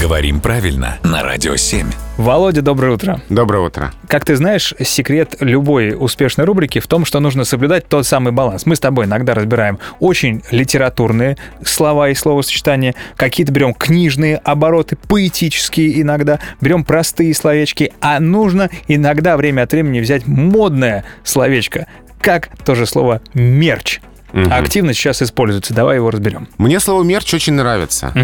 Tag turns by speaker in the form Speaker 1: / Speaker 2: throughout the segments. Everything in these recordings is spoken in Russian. Speaker 1: Говорим правильно на Радио 7.
Speaker 2: Володя, доброе утро.
Speaker 3: Доброе утро.
Speaker 2: Как ты знаешь, секрет любой успешной рубрики в том, что нужно соблюдать тот самый баланс. Мы с тобой иногда разбираем очень литературные слова и словосочетания, какие-то берем книжные обороты, поэтические иногда, берем простые словечки, а нужно иногда время от времени взять модное словечко, как то же слово «мерч».
Speaker 3: Мгм.
Speaker 2: Активно сейчас используется. Давай его разберем.
Speaker 3: Мне слово мерч очень нравится.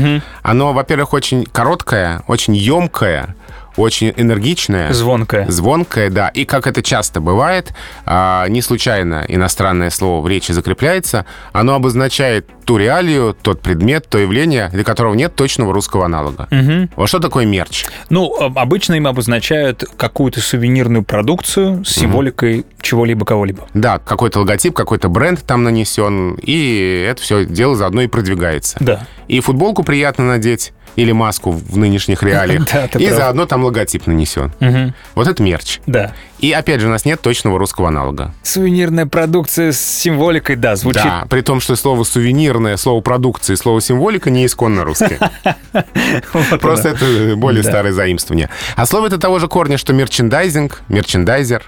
Speaker 3: Оно, во-первых, очень короткое, очень емкое, очень энергичное.
Speaker 2: Звонкое.
Speaker 3: Звонкое, да. И как это часто бывает, а, не случайно иностранное слово в речи закрепляется. Оно обозначает ту реалию, тот предмет, то явление, для которого нет точного русского аналога. Вот что такое мерч?
Speaker 2: Ну, э, обычно им обозначают какую-то сувенирную продукцию с символикой чего-либо, кого-либо.
Speaker 3: Да, какой-то логотип, какой-то бренд там нанесен, и это все дело заодно и продвигается.
Speaker 2: Да.
Speaker 3: И футболку приятно надеть, или маску в нынешних реалиях,
Speaker 2: Да, ты
Speaker 3: и
Speaker 2: прав.
Speaker 3: заодно там логотип нанесен.
Speaker 2: Мгм.
Speaker 3: Вот это мерч.
Speaker 2: Да.
Speaker 3: И опять же, у нас нет точного русского аналога.
Speaker 2: Сувенирная продукция с символикой, да, звучит.
Speaker 3: Да, при том, что слово «сувенирное», слово «продукция» и слово «символика» не исконно русские.
Speaker 2: Вот оно.
Speaker 3: Просто это э, более
Speaker 2: Да.
Speaker 3: старое заимствование. А слово это того же корня, что мерчендайзинг, мерчендайзер.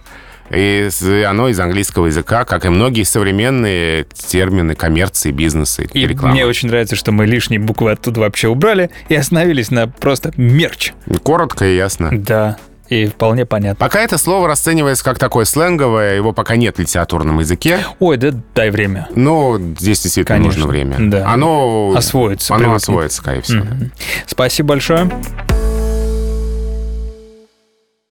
Speaker 3: И с- оно из английского языка, как и многие современные термины коммерции, бизнеса и,
Speaker 2: И
Speaker 3: рекламы.
Speaker 2: мне очень нравится, что мы лишние буквы оттуда вообще убрали и остановились на просто мерч.
Speaker 3: Коротко и ясно.
Speaker 2: Да. И вполне понятно.
Speaker 3: Пока это слово расценивается как такое сленговое, его пока нет в литературном языке,
Speaker 2: Ой, да дай время.
Speaker 3: но здесь действительно
Speaker 2: Конечно,
Speaker 3: нужно время.
Speaker 2: да.
Speaker 3: Оно
Speaker 2: Освоится,
Speaker 3: Оно
Speaker 2: привыкнет.
Speaker 3: освоится, скорее всего.
Speaker 2: Спасибо большое.